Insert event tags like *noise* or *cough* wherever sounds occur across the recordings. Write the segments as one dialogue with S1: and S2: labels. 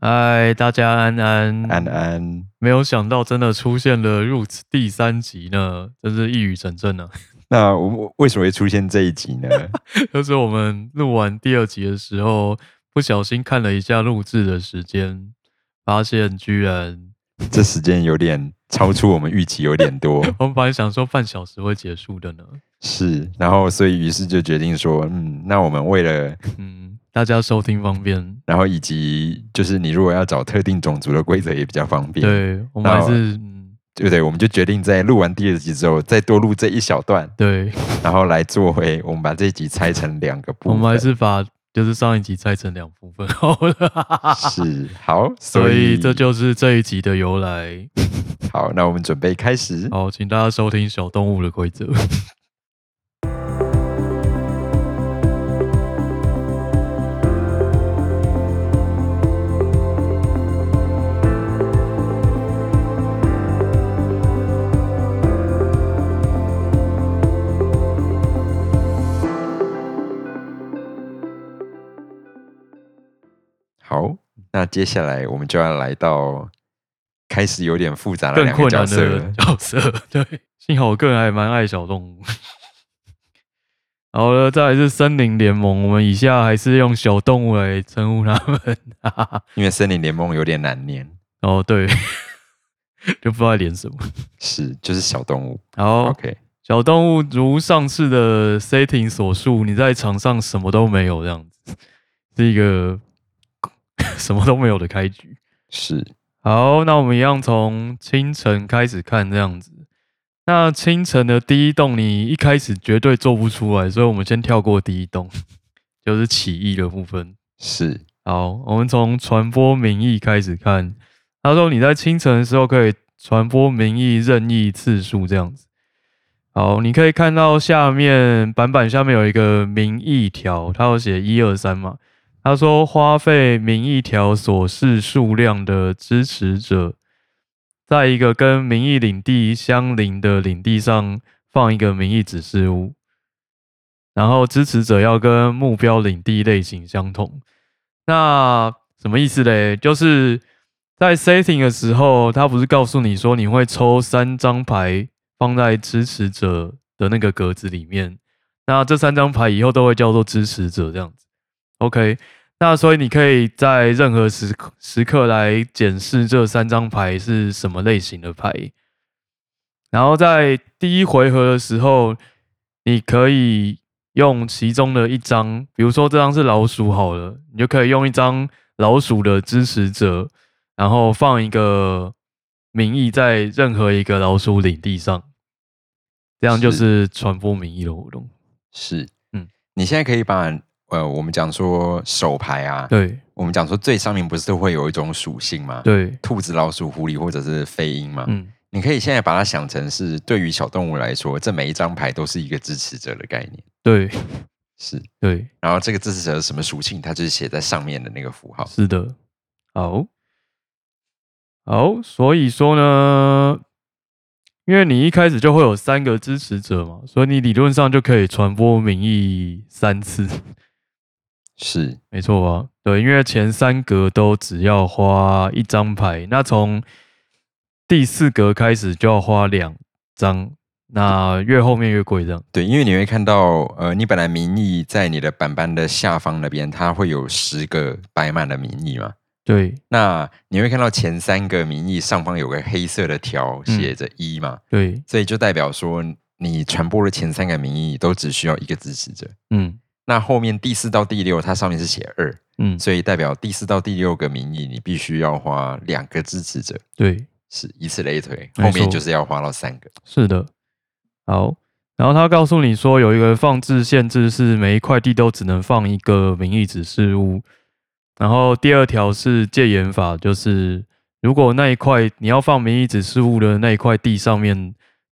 S1: 嗨，大家安安
S2: 安安，
S1: 没有想到真的出现了 Roots 第三集呢，真是一语成谶啊呢、
S2: 那我们为什么会出现这一集呢？
S1: *laughs* 就是我们录完第二集的时候，不小心看了一下录制的时间，发现居然
S2: 这时间有点超出我们预期，有点
S1: *laughs*
S2: 多，
S1: 我们本来想说半小时会结束的呢。
S2: 是。然后，所以于是就决定说，嗯，那我们为了，
S1: 嗯，大家收听方便，
S2: 然后以及就是你如果要找特定种族的规则也比较方便，
S1: 对我们还是嗯，
S2: 对不对？我们就决定在录完第二集之后，再多录这一小段，
S1: 对，
S2: 然后来做回我们把这一集拆成两个部
S1: 我
S2: 分。
S1: 们还是把就是上一集拆成两部分好了，
S2: 是好，
S1: *laughs* 所
S2: 所
S1: 以这就是这一集的由来。
S2: 好。那我们准备开始。
S1: 好，请大家收听小动物的规则。嗯
S2: 好，那接下来我们就要来到开始有点复杂的
S1: 更
S2: 两个
S1: 困
S2: 角
S1: 难
S2: 色
S1: 的
S2: 了。
S1: *laughs* 角色。对，幸好我个人还蛮爱小动物。 *laughs* 好了，再来是森林联盟，我们以下还是用小动物来称呼它们。
S2: 因为森林联盟有点难念，
S1: 哦，对， *laughs* 就不知道在连什么。
S2: 是就是小动物。
S1: 好，
S2: OK，
S1: 小动物如上次的 setting 所述，你在场上什么都没有，这样子是一个 *laughs* 什么都没有的开局。
S2: 是
S1: 好，那我们一样从清晨开始看这样子。那清晨的第一栋你一开始绝对做不出来，所以我们先跳过第一栋， *laughs* 就是起义的部分。
S2: 是
S1: 好，我们从传播民意开始看。他说你在清晨的时候可以传播民意任意次数这样子。好，你可以看到下面版板下面有一个民意条，它有写一二三嘛。他说花费民意条所示数量的支持者，在一个跟民意领地相邻的领地上放一个民意指示物，然后支持者要跟目标领地类型相同。那什么意思嘞？就是在 setting 的时候，他不是告诉你说你会抽三张牌放在支持者的那个格子里面，那这三张牌以后都会叫做支持者这样子。OK，那所以你可以在任何时刻时刻来检视这三张牌是什么类型的牌。然后在第一回合的时候，你可以用其中的一张，比如说这张是老鼠好了，你就可以用一张老鼠的支持者，然后放一个民意在任何一个老鼠领地上，这样就是传播民意的活动。
S2: 是，
S1: 嗯
S2: 嗯，你现在可以把呃，我们讲说手牌啊，
S1: 对
S2: 我们讲说最上面不是都会有一种属性吗？，
S1: 对，
S2: 兔子、老鼠、狐狸或者是飞鹰嘛。
S1: 嗯，
S2: 你可以现在把它想成是对于小动物来说，这每一张牌都是一个支持者的概念。
S1: 对
S2: 是，
S1: 对，
S2: 然后这个支持者是什么属性，它就是写在上面的那个符号。
S1: 是的，好，好，所以说呢，因为你一开始就会有三个支持者嘛，所以你理论上就可以传播民意三次， *laughs*
S2: 是
S1: 没错啊，对，因为前三格都只要花一张牌，那从第四格开始就要花两张，那越后面越贵这样，
S2: 对，因为你会看到，呃，你本来民意在你的板板的下方那边，它会有十个摆满的民意嘛。
S1: 对
S2: 那你会看到前三个民意上方有个黑色的条
S1: 嗯
S2: 写着一嘛，
S1: 对，
S2: 所以就代表说你传播的前三个民意都只需要一个支持者。
S1: 嗯
S2: 那后面第四到第六，它上面是写二，
S1: 嗯，
S2: 所以代表第四到第六个民意，你必须要花两个支持者，
S1: 对。
S2: 是以此类推，
S1: 没
S2: 后
S1: 错
S2: 面就是要花到三个。
S1: 是的，好。然后他告诉你说，有一个放置限制是每一块地都只能放一个名义指示物。然后第二条是戒严法，就是如果那一块你要放名义指示物的那一块地上面，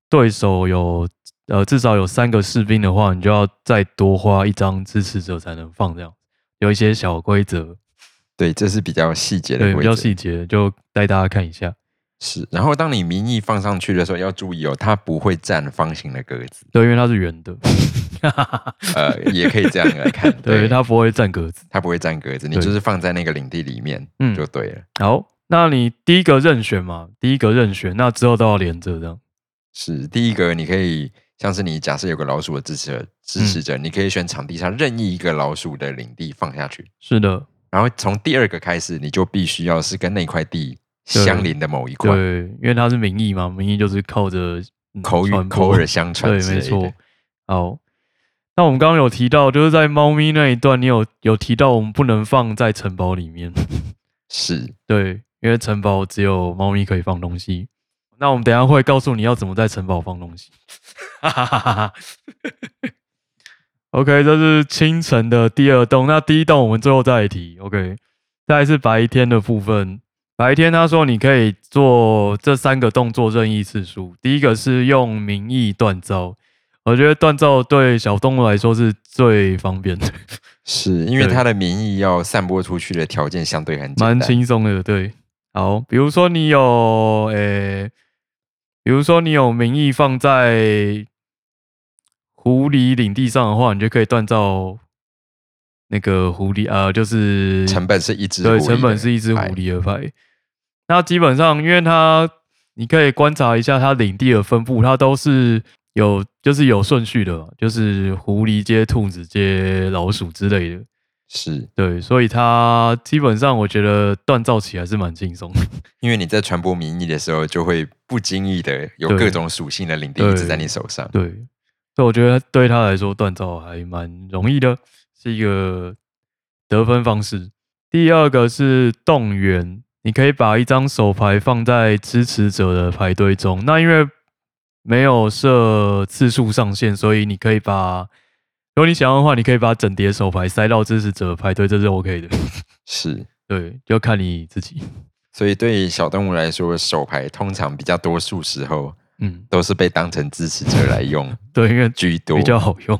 S1: 对手有呃至少有三个士兵的话，你就要再多花一张支持者才能放这样。有一些小规则，
S2: 对，这是比较细节的
S1: 对，
S2: 规
S1: 比
S2: 则。
S1: 较细节，就带大家看一下。
S2: 是。然后当你名义放上去的时候，要注意哦，它不会占方形的格子，
S1: 对，因为它是圆的，
S2: 呃，也可以这样来看，
S1: *laughs* 对，
S2: 对，
S1: 它不会占格子。
S2: 它不会占格子，你
S1: 对
S2: 就是放在那个领地里面
S1: 嗯
S2: 就对了。
S1: 好，那你第一个任选嘛，第一个任选，那之后都要连着这样。
S2: 是第一个，你可以像是你假设有个老鼠的支持者，支
S1: 嗯
S2: 持者，你可以选场地上任意一个老鼠的领地放下去，
S1: 是的，
S2: 然后从第二个开始，你就必须要是跟那块地相邻的某一块，
S1: 对，因为它是民意嘛，民意就是靠着、嗯
S2: 口语
S1: 传
S2: 口
S1: 播
S2: 耳相传
S1: 对，
S2: 之类
S1: 没
S2: 的，
S1: 错。好，那我们刚刚有提到，就是在猫咪那一段，你有有提到我们不能放在城堡里面，
S2: 是
S1: 对，因为城堡只有猫咪可以放东西。那我们等一下会告诉你要怎么在城堡放东西。哈哈哈哈 OK，这是清晨的第二栋，那第一栋我们最后再提。OK，再来是白天的部分。白天他说你可以做这三个动作任意次数，第一个是用名义锻造，我觉得锻造对小动物来说是最方便的，
S2: 是，因为
S1: 对
S2: 它的名义要散播出去的条件相对很简
S1: 蛮
S2: 单，
S1: 轻松的。对，好，比如说你有诶、比如说你有名义放在狐狸领地上的话，你就可以锻造那个狐狸，呃，就是
S2: 成本是一只狐狸
S1: 对，
S2: 的
S1: 成本是一只狐
S2: 牌
S1: 狸的牌。那基本上，因为它你可以观察一下它领地的分布，它都是有就是有顺序的嘛，就是狐狸接兔子接老鼠之类的。
S2: 是
S1: 对，所以它基本上我觉得锻造起来是蛮轻松的。
S2: 因为你在传播民意的时候，就会不经意的有
S1: 对
S2: 各种属性的领地
S1: 对
S2: 一直在你手上。
S1: 对，所以我觉得对他来说锻造还蛮容易的，是一个得分方式。第二个是动员，你可以把一张手牌放在支持者的牌堆中。那因为没有设次数上限，所以你可以把，如果你想要的话，你可以把整叠手牌塞到支持者的牌堆，这是 OK 的。 *laughs*
S2: 是，
S1: 对，就看你自己。
S2: 所以对小动物来说，手牌通常比较多数时候
S1: 嗯，
S2: 都是被当成支持者
S1: *laughs*
S2: 来用
S1: 对，因为
S2: 居多
S1: 比。较好用。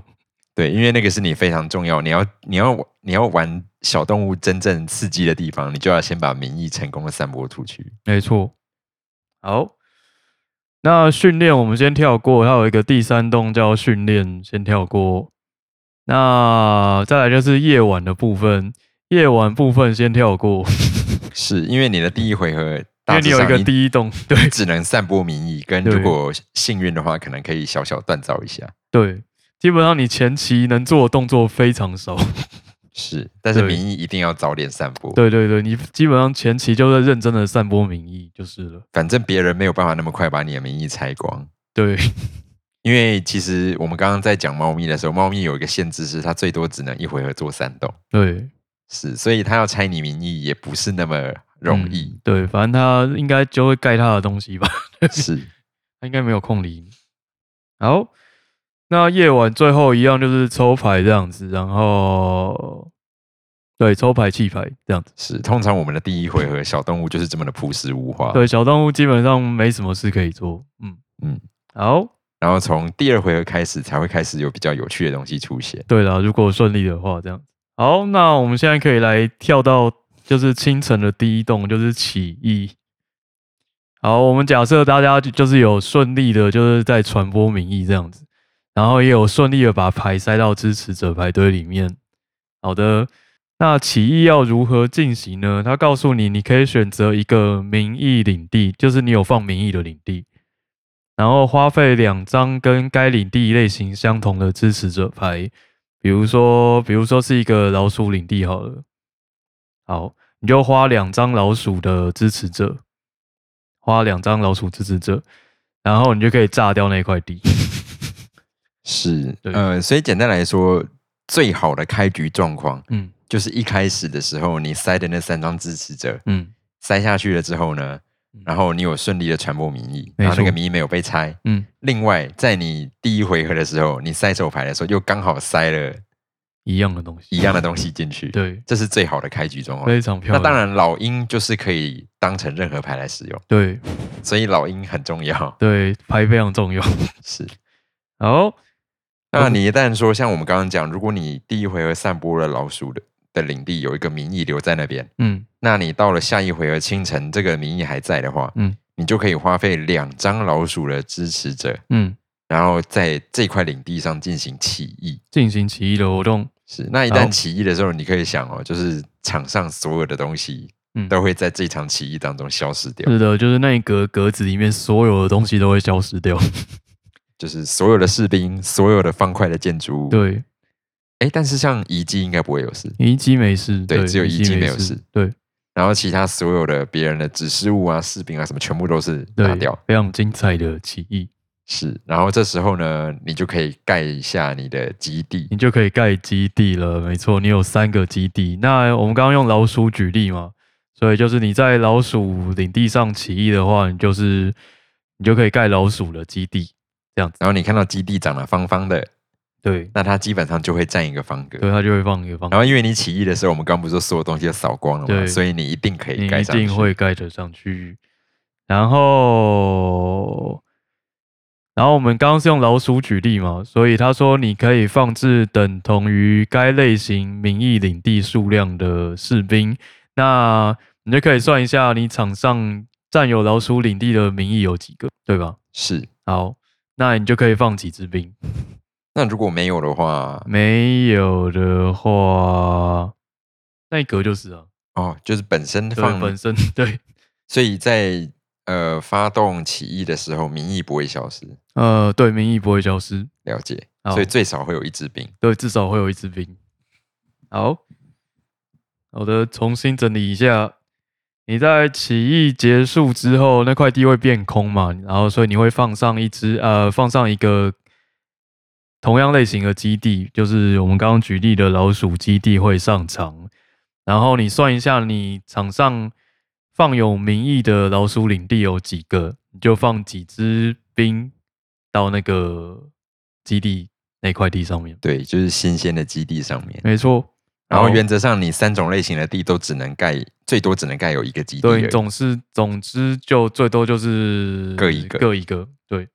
S2: 对，因为那个是你非常重要，你要你要你要玩小动物真正刺激的地方，你就要先把民意成功的散播出去。
S1: 没错。好，那训练我们先跳过，还有一个第三栋叫训练，先跳过。那再来就是夜晚的部分，夜晚部分先跳过，
S2: 是因为你的第一回合，
S1: 因为你有一个
S2: 一，
S1: 第一栋，对 *laughs*
S2: 只能散播民意，跟
S1: 对
S2: 如果幸运的话，可能可以小小锻造一下。
S1: 对，基本上你前期能做的动作非常少，
S2: 是，但是
S1: 对
S2: 民意一定要早点散播。
S1: 对对对，你基本上前期就在认真的散播民意就是了，
S2: 反正别人没有办法那么快把你的名义拆光，
S1: 对，
S2: 因为其实我们刚刚在讲猫咪的时候，猫咪有一个限制是它最多只能一回合做三栋，
S1: 对，
S2: 是，所以它要拆你名义也不是那么容易
S1: 嗯，对，反正他应该就会盖他的东西吧。*laughs*
S2: *laughs* 是
S1: 他应该没有空理你。好，那夜晚最后一样就是抽牌这样子，然后对抽牌弃牌这样子。
S2: 是。通常我们的第一回合小动物就是这么的朴实无华，
S1: 对，小动物基本上没什么事可以做。嗯嗯
S2: 嗯，
S1: 好，
S2: 然后从第二回合开始才会开始有比较有趣的东西出现。
S1: 对了，如果顺利的话，这样子。好，那我们现在可以来跳到就是清晨的第一栋，就是起义。好，我们假设大家就就是有顺利的，就是在传播民意这样子，然后也有顺利的把牌塞到支持者牌堆里面。好的，那起义要如何进行呢？他告诉你，你可以选择一个民意领地，就是你有放民意的领地，然后花费两张跟该领地类型相同的支持者牌，比如说，比如说是一个老鼠领地好了，好，你就花两张老鼠的支持者，花两张老鼠支持者，然后你就可以炸掉那块地。
S2: 是，
S1: 对
S2: 呃，所以简单来说，最好的开局状况
S1: 嗯
S2: 就是一开始的时候你塞的那三张支持者，
S1: 嗯
S2: 塞下去了之后呢
S1: 嗯，
S2: 然后你有顺利的传播民意，
S1: 没错
S2: 然后那个民意没有被拆。
S1: 嗯，
S2: 另外，在你第一回合的时候，你塞手牌的时候又刚好塞了
S1: 一样的东西，
S2: 一样的东西进
S1: *laughs*
S2: 去，
S1: 对，
S2: 这是最好的开局状况。
S1: 非常漂
S2: 那
S1: 亮。
S2: 当，然，老鹰就是可以当成任何牌来使用，
S1: 对
S2: 所以老鹰很重要。 *laughs*
S1: 对，牌非常重要。
S2: 是，
S1: 好，嗯
S2: 那你一旦说像我们刚刚讲，如果你第一回合散播了老鼠的的领地有一个民意留在那边，
S1: 嗯
S2: 那你到了下一回合清晨，这个名义还在的话，
S1: 嗯
S2: 嗯，你就可以花费两张老鼠的支持者，
S1: 嗯，
S2: 然后在这块领地上进行起义。
S1: 进行起义的活动，
S2: 是，那一
S1: 好
S2: 旦起义的时候，你可以想哦，就是场上所有的东西
S1: 嗯，
S2: 都会在这场起义当中消失掉，
S1: 是的，就是那一格格子里面所有的东西都会消失掉。
S2: 就是所有的士兵、所有的方块的建筑物。，
S1: 对，
S2: 哎，但是像遗迹应该不会有事，
S1: 遗迹没事，
S2: 对只有遗迹没有
S1: 事
S2: 事，
S1: 对
S2: 然后其他所有的别人的指示物啊、士兵啊什么，全部都是拿
S1: 对
S2: 掉。，
S1: 非常精彩的起义，
S2: 是，然后这时候呢，你就可以盖一下你的基地。
S1: 你就可以盖基地了。没错，你有三个基地。那我们刚刚用老鼠举例嘛，所以就是你在老鼠领地上起义的话，你就是你就可以盖老鼠的基地，这样子。
S2: 然后你看到基地长得方方的，
S1: 对，
S2: 那它基本上就会占一个方格。
S1: 对，它就会放一个方
S2: 然后因为你起义的时候，我们刚不是说所有东西都扫光了
S1: 对
S2: 嘛，所以你一定可
S1: 你
S2: 以盖
S1: 一
S2: 上去。
S1: 定会盖得上去。然后，然后我们刚刚是用老鼠举例嘛，所以他说你可以放置等同于该类型民意领地数量的士兵，那你就可以算一下你场上占有老鼠领地的民意有几个，对吧？
S2: 是。
S1: 好，那你就可以放几支兵。
S2: 那如果没有的话，
S1: 没有的话，那一格就是啊，
S2: 哦，就是本身
S1: 对，
S2: 放，
S1: 本身 *laughs* 对。
S2: 所以在呃发动起义的时候，民意不会消失，
S1: 呃，对，民意不会消失，
S2: 了解。
S1: 好
S2: 所以最少会有一支兵。
S1: 对，至少会有一支兵。好，好的，重新整理一下。你在起义结束之后，那块地会变空嘛？然后，所以你会放上一支呃，放上一个同样类型的基地，就是我们刚刚举例的老鼠基地会上场。然后你算一下，你场上放有名义的老鼠领地有几个，你就放几支兵到那个基地那块地上面。
S2: 对，就是新鲜的基地上面。
S1: 没错，
S2: 然后
S1: 好
S2: 原则上，你三种类型的地都只能盖，最多只能盖有一个基地而
S1: 对，
S2: 已
S1: 你。总是总之就最多就是
S2: 各一个
S1: 各一个，对。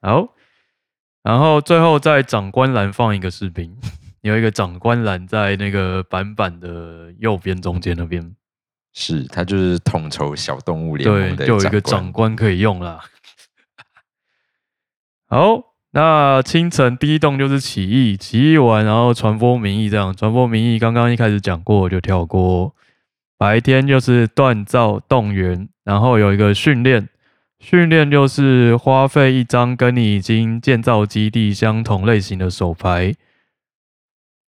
S1: 好，然后最后在长官栏放一个士兵， *laughs* 有一个长官栏在那个板板的右边中间那边，
S2: 是，它就是统筹小动物联
S1: 对
S2: 盟，的
S1: 就有一个
S2: 长
S1: 长
S2: 官。
S1: 官可以用啦。 *laughs* 好，那清晨第一栋就是起义，起义完然后传播民意，这样传播民意，刚刚一开始讲过就跳过。白天就是锻造动员，然后有一个训练，训练就是花费一张跟你已经建造基地相同类型的手牌。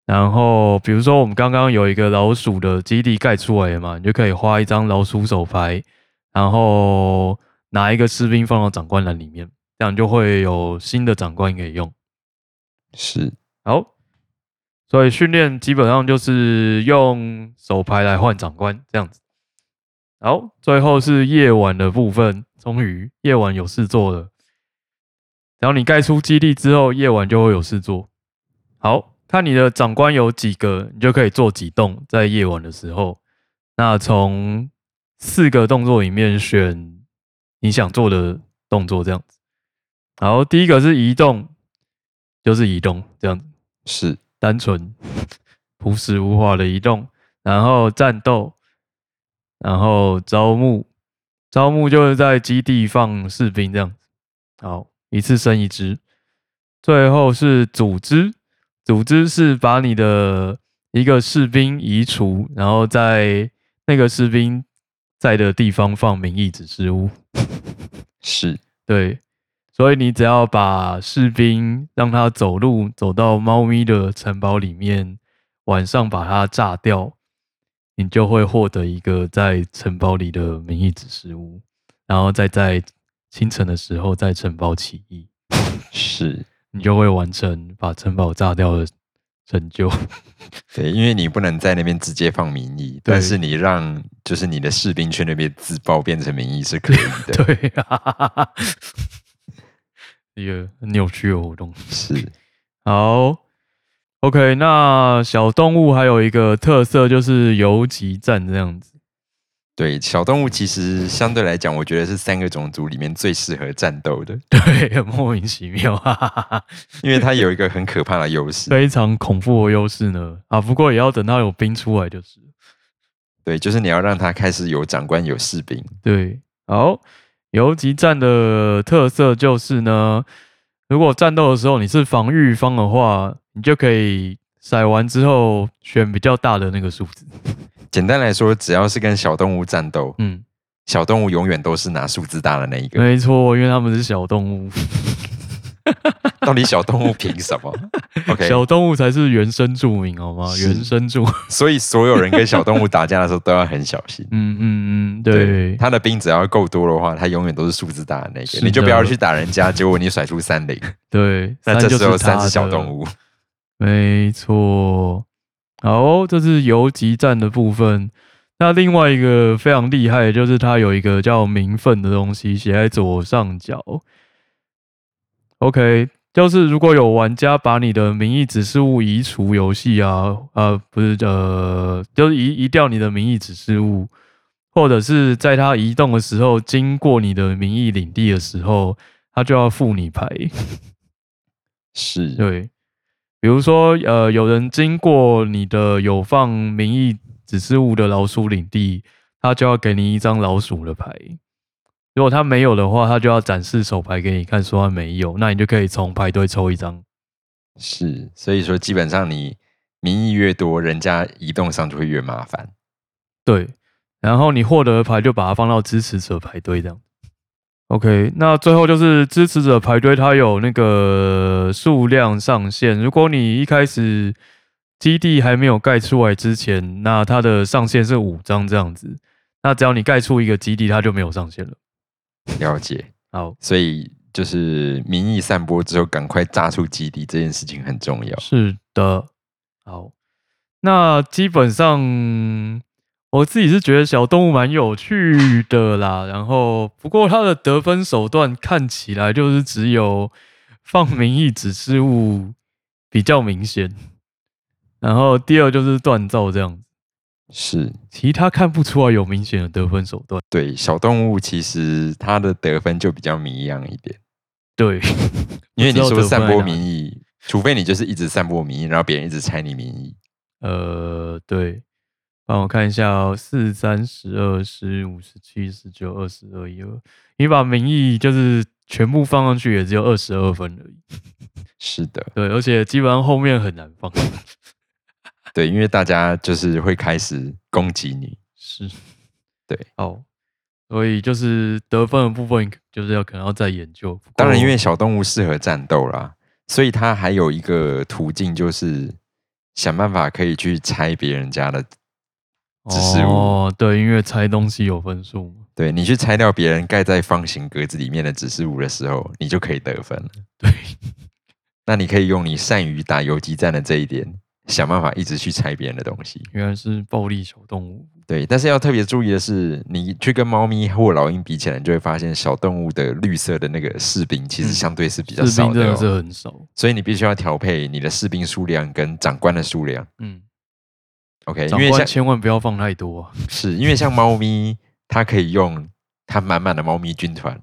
S1: 然后，比如说我们刚刚有一个老鼠的基地盖出来了嘛，你就可以花一张老鼠手牌，然后拿一个士兵放到长官栏里面，这样就会有新的长官可以用。
S2: 是，
S1: 好，所以训练基本上就是用手牌来换长官这样子。好，最后是夜晚的部分，终于夜晚有事做了。然后你盖出基地之后，夜晚就会有事做。好看你的长官有几个，你就可以做几动，在夜晚的时候。那从四个动作里面选你想做的动作，这样子。好，第一个是移动，就是移动这样子。
S2: 是，
S1: 单纯、朴实无华的移动，然后战斗，然后招募，招募就是在基地放士兵这样子，好，一次升一支。最后是组织，组织是把你的一个士兵移除，然后在那个士兵在的地方放民意指示物。
S2: 是，
S1: 对，所以你只要把士兵让他走路走到猫咪的城堡里面，晚上把它炸掉，你就会获得一个在城堡里的民意指示物，然后再在清晨的时候在城堡起义，
S2: 是。
S1: 你就会完成把城堡炸掉的成就。 *laughs*
S2: 对，因为你不能在那边直接放民意，但
S1: 对
S2: 是你让就是你的士兵去那边自爆变成民意是可以
S1: *laughs*
S2: 的。
S1: 对啊， *laughs* 一个很扭曲的活动。
S2: 是，
S1: 好，OK，那小动物还有一个特色就是游击战这样子，
S2: 对，小动物其实相对来讲，我觉得是三个种族里面最适合战斗的，
S1: *laughs* 对，很莫名其妙，哈哈哈哈，
S2: 因为它有一个很可怕的优势。
S1: *laughs* 非常恐怖的优势呢。啊，不过也要等到有兵出来就是。
S2: 对，就是你要让它开始有长官有士兵。
S1: 对，好，游击战的特色就是呢，如果战斗的时候你是防御方的话，你就可以骰完之后选比较大的那个数字。
S2: 简单来说，只要是跟小动物战斗，
S1: *laughs* 嗯，
S2: 小动物永远都是拿数字大的那一个。
S1: 没错，因为他们是小动物，
S2: 到底小动物凭什
S1: *laughs*
S2: 么？OK，
S1: 小动物才是原生著名，好吗？
S2: 是
S1: 原生著，
S2: 所以所有人跟小动物打架的时候都要很小
S1: *laughs*
S2: 心。
S1: 嗯嗯嗯，对，
S2: 他的兵只要够多的话，他永远都是数字大的那
S1: 是
S2: 个。
S1: 的
S2: 你就不要去打人家，结果你甩出三
S1: *laughs*
S2: 零，
S1: 对，
S2: 那这
S1: 就
S2: 时候三
S1: 他
S2: 是小
S1: 的
S2: 动物。
S1: 没错，好哦，这是游击战的部分。那另外一个非常厉害，就是它有一个叫名分的东西写在左上角。OK，就是如果有玩家把你的名义指示物移除游戏啊，呃，不是呃，就是移移掉你的名义指示物，或者是在它移动的时候经过你的名义领地的时候，它就要付你牌。
S2: 是，
S1: 对，比如说呃，有人经过你的有放名义指示物的老鼠领地，他就要给你一张老鼠的牌。如果他没有的话，他就要展示手牌给你看，说他没有，那你就可以从牌堆抽一张。
S2: 是，所以说基本上你民意越多，人家移动上就会越麻烦。
S1: 对，然后你获得的牌就把它放到支持者牌堆这样。OK，那最后就是支持者排队，它有那个数量上限。如果你一开始基地还没有盖出来之前，那它的上限是五张这样子。那只要你盖出一个基地，它就没有上限了。
S2: 了解，
S1: 好，
S2: 所以就是民意散播之后，赶快炸出基地这件事情很重要。
S1: 是的，好。那基本上我自己是觉得小动物蛮有趣的啦。然后，不过它的得分手段看起来就是只有放名义指示物比较明显，然后第二就是锻造这样子，
S2: 是
S1: 其他看不出来有明显的得分手段。
S2: 对小动物，其实它的得分就比较迷样一点，
S1: 对，
S2: 因为你
S1: 我知道
S2: 说
S1: 得分在
S2: 散播
S1: 哪里
S2: 民意，除非你就是一直散播民意，然后别人一直猜你民意。
S1: 呃，对，帮我看一下、哦，四、三、十二、十五、十七、十九、二十二、一二，你把名义就是全部放上去，也只有二十二分而已。
S2: 是的，
S1: 对，而且基本上后面很难放。 *laughs*
S2: 对，因为大家就是会开始攻击你。
S1: 是，
S2: 对，
S1: 好，所以就是得分的部分，就是要可能要再研究。不
S2: 当然，
S1: 过
S2: 因为小动物适合战斗啦，所以它还有一个途径，就是想办法可以去拆别人家的。指示物
S1: 哦，对，因为拆东西有分数嘛。
S2: 对你去拆掉别人盖在方形格子里面的指示物的时候，你就可以得分了。
S1: 对， *laughs*
S2: 那你可以用你善于打游击战的这一点，想办法一直去拆别人的东西。
S1: 原来是暴力小动物。
S2: 对，但是要特别注意的是，你去跟猫咪或老鹰比起来，你就会发现小动物的绿色的那个士兵其实
S1: 嗯
S2: 相对是比较
S1: 士
S2: 少
S1: 兵真
S2: 的、
S1: 的
S2: 哦，
S1: 是很少。
S2: 所以你必须要调配你的士兵数量跟长官的数量。
S1: 嗯，
S2: OK，因
S1: 长
S2: 为
S1: 官
S2: 像
S1: 千万不要放太多、啊。
S2: 是因为像猫咪，它可以用它满满的猫咪军团，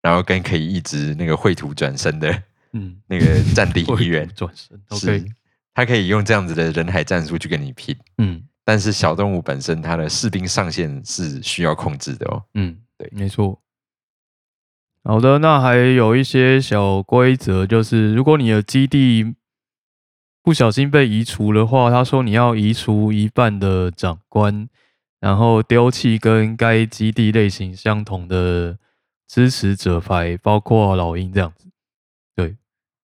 S2: 然后跟可以一直那个绘图转身的
S1: 嗯。
S2: 那
S1: *laughs*
S2: 个战地
S1: 会
S2: 医院，
S1: 转身。
S2: 是
S1: OK，
S2: 它可以用这样子的人海战术去跟你拼。
S1: 嗯
S2: 但是小动物本身它的士兵上限是需要控制的哦。
S1: 嗯，
S2: 对
S1: 没错。好的，那还有一些小规则，就是如果你的基地不小心被移除的话，他说你要移除一半的长官，然后丢弃跟该基地类型相同的支持者牌，包括老鹰这样子。对，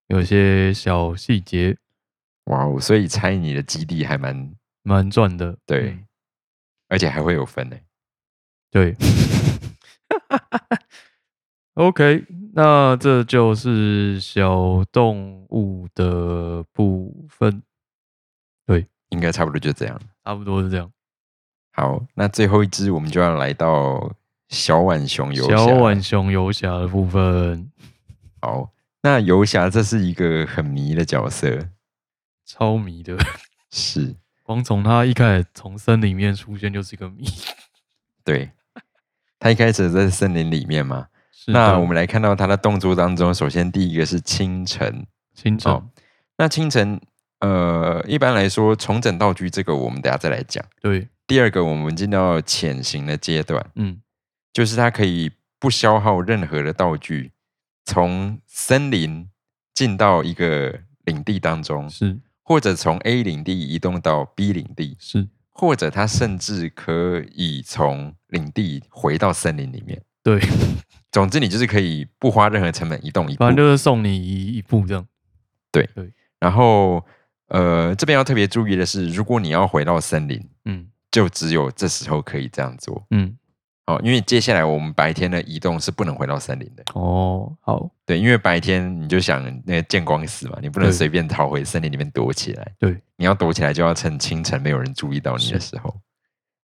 S1: 有一些小细节
S2: 哇哦，所以猜你的基地还蛮
S1: 蛮赚的。
S2: 对，
S1: 嗯
S2: 而且还会有分呢。
S1: 对 *laughs* ，OK，那这就是小动物的部分，
S2: 应该差不多就这样。
S1: 差不多是这样。
S2: 好，那最后一只我们就要来到小浣熊游侠。
S1: 小浣熊游侠的部分
S2: 好，那游侠这是一个很迷的角色，
S1: 超迷的， *laughs*
S2: 是
S1: 光从他一开始从森林里面出现就是个谜。
S2: 对。他一开始在森林里面嘛，
S1: 是
S2: 那
S1: 的
S2: 我们来看到他的动作当中，首先第一个是清晨，
S1: 清晨、
S2: 哦那清晨，呃，一般来说重整道具这个我们等下再来讲。
S1: 对，
S2: 第二个，我们进到潜行的阶段，
S1: 嗯
S2: 就是它可以不消耗任何的道具，从森林进到一个领地当中，
S1: 是
S2: 或者从 A 领地移动到 B 领地，
S1: 是，
S2: 或者它甚至可以从领地回到森林里面。 *laughs*
S1: 对，
S2: 总之，你就是可以不花任何成本移动一步
S1: 反。正就是送你一一步这样。
S2: 然后，呃，这边要特别注意的是，如果你要回到森林，
S1: 嗯
S2: 就只有这时候可以这样做
S1: 嗯，
S2: 哦，因为接下来我们白天的移动是不能回到森林的。
S1: 哦，好，
S2: 对，因为白天你就想那个见光死嘛，你不能
S1: 对
S2: 随便逃回森林里面躲起来。
S1: 对，
S2: 你要躲起来就要趁清晨没有人注意到你的时候。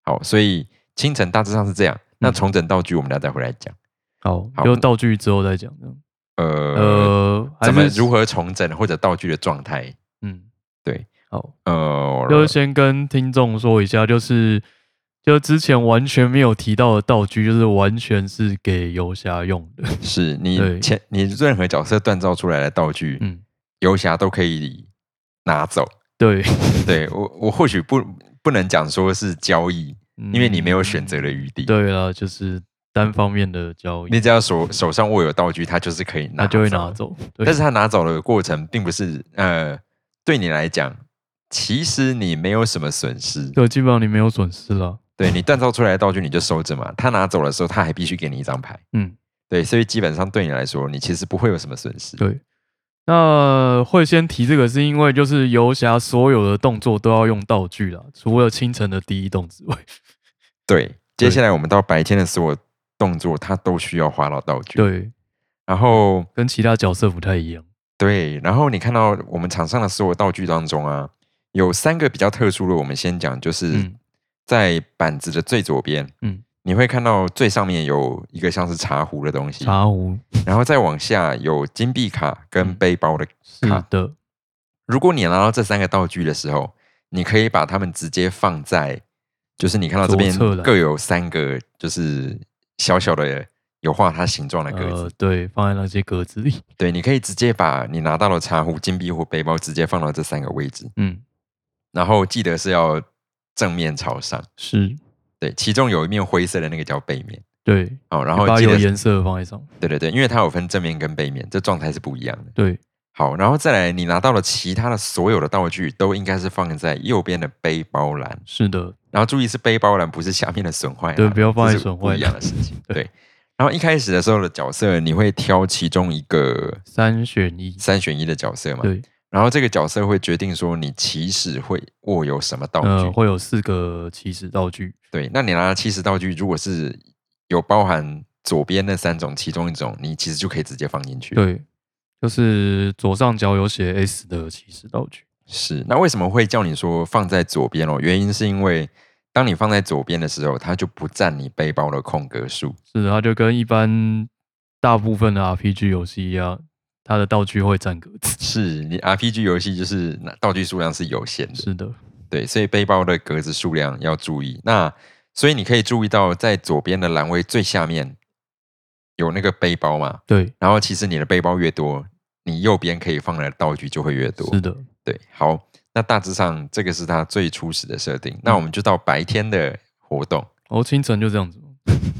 S2: 好，所以清晨大致上是这样。那
S1: 嗯
S2: 重整道具我们等下再回来讲。
S1: 好，
S2: 好
S1: 就道具之后再讲这样。
S2: 呃，
S1: 呃，还
S2: 怎么
S1: 是
S2: 如？何重整或者道具的状态？
S1: 嗯，
S2: 对，
S1: 好，
S2: 呃，
S1: 就是先跟听众说一下，就是就之前完全没有提到的道具，就是完全是给游侠用的。
S2: 是你
S1: 对
S2: 前你任何角色锻造出来的道具，
S1: 嗯，
S2: 游侠都可以拿走。
S1: *laughs* 对，
S2: 对我，我或许不不能讲说是交易，因为你没有选择的
S1: 嗯
S2: 余地。，
S1: 对啦，就是单方面的交易
S2: 你，只要手手上握有道具，他就是可以拿，
S1: 那就会拿。走。对
S2: 但是他拿走的过程，并不是呃，对你来讲，其实你没有什么损失。
S1: 对，基本上你没有损失了。
S2: 对你锻造出来的道具，你就收着嘛。他拿走的时候，他还必须给你一张牌。
S1: 嗯，
S2: 对，所以基本上对你来说，你其实不会有什么损失。
S1: 对。那会先提这个，是因为就是游侠所有的动作都要用道具啦，除了清晨的第一动之外， *laughs*
S2: 对，接下来我们到白天的所有动作，它都需要花到道具。，
S1: 对，
S2: 然后
S1: 跟其他角色不太一样。
S2: 对，然后你看到我们场上的所有道具当中啊，有三个比较特殊的，我们先讲，就是
S1: 嗯
S2: 在板子的最左边，
S1: 嗯，
S2: 你会看到最上面有一个像是茶壶的东西，
S1: 茶壶
S2: 然后再往下有金币卡跟
S1: 嗯
S2: 背包的
S1: 是
S2: 卡。
S1: 的，
S2: 如果你拿到这三个道具的时候，你可以把它们直接放在，就是你看到这边
S1: 左侧栏
S2: 各有三个，就是小小的有画它形状的格子。
S1: 呃，对，放在那些格子里。
S2: 对，你可以直接把你拿到的茶壶、金币或背包直接放到这三个位置，
S1: 嗯，
S2: 然后记得是要正面朝上。
S1: 是，
S2: 对，其中有一面灰色的那个叫背面
S1: 对，
S2: 哦，然
S1: 就
S2: 后
S1: 把
S2: 记
S1: 有
S2: 得
S1: 颜色的放在上面。
S2: 对对对，因为它有分正面跟背面，这状态是不一样的。
S1: 对，
S2: 好，然后再来，你拿到了其他的所有的道具，都应该是放在右边的背包栏。
S1: 是的，
S2: 然后注意是背包栏，不是下面的损坏栏，
S1: 对不要放在
S2: 这是
S1: 损坏
S2: 不一样的事情。对，然后一开始的时候的角色，你会挑其中一个
S1: 三选一。
S2: 三选一的角色嘛？
S1: 对，
S2: 然后这个角色会决定说你起始会握有什么道具。
S1: 呃，会有四个起始道具。
S2: 对，那你拿的起始道具如果是有包含左边那三种其中一种，你其实就可以直接放进去。，
S1: 对，就是左上角有写 S 的起始道具。
S2: 是。那为什么会叫你说放在左边哦？原因是因为当你放在左边的时候，它就不占你背包的空格数。
S1: 是的，它就跟一般大部分的 RPG 游戏一样，它的道具会占格子。
S2: 是你 RPG 游戏就是那道具数量是有限的，
S1: 是的，
S2: 对，所以背包的格子数量要注意。那所以你可以注意到，在左边的栏位最下面有那个背包嘛，
S1: 对，
S2: 然后其实你的背包越多，你右边可以放的道具就会越多
S1: 是。的，
S2: 对，好，那大致上这个是它最初始的设定。
S1: 嗯
S2: 那我们就到白天的活动，
S1: 哦，清晨就这样子吗。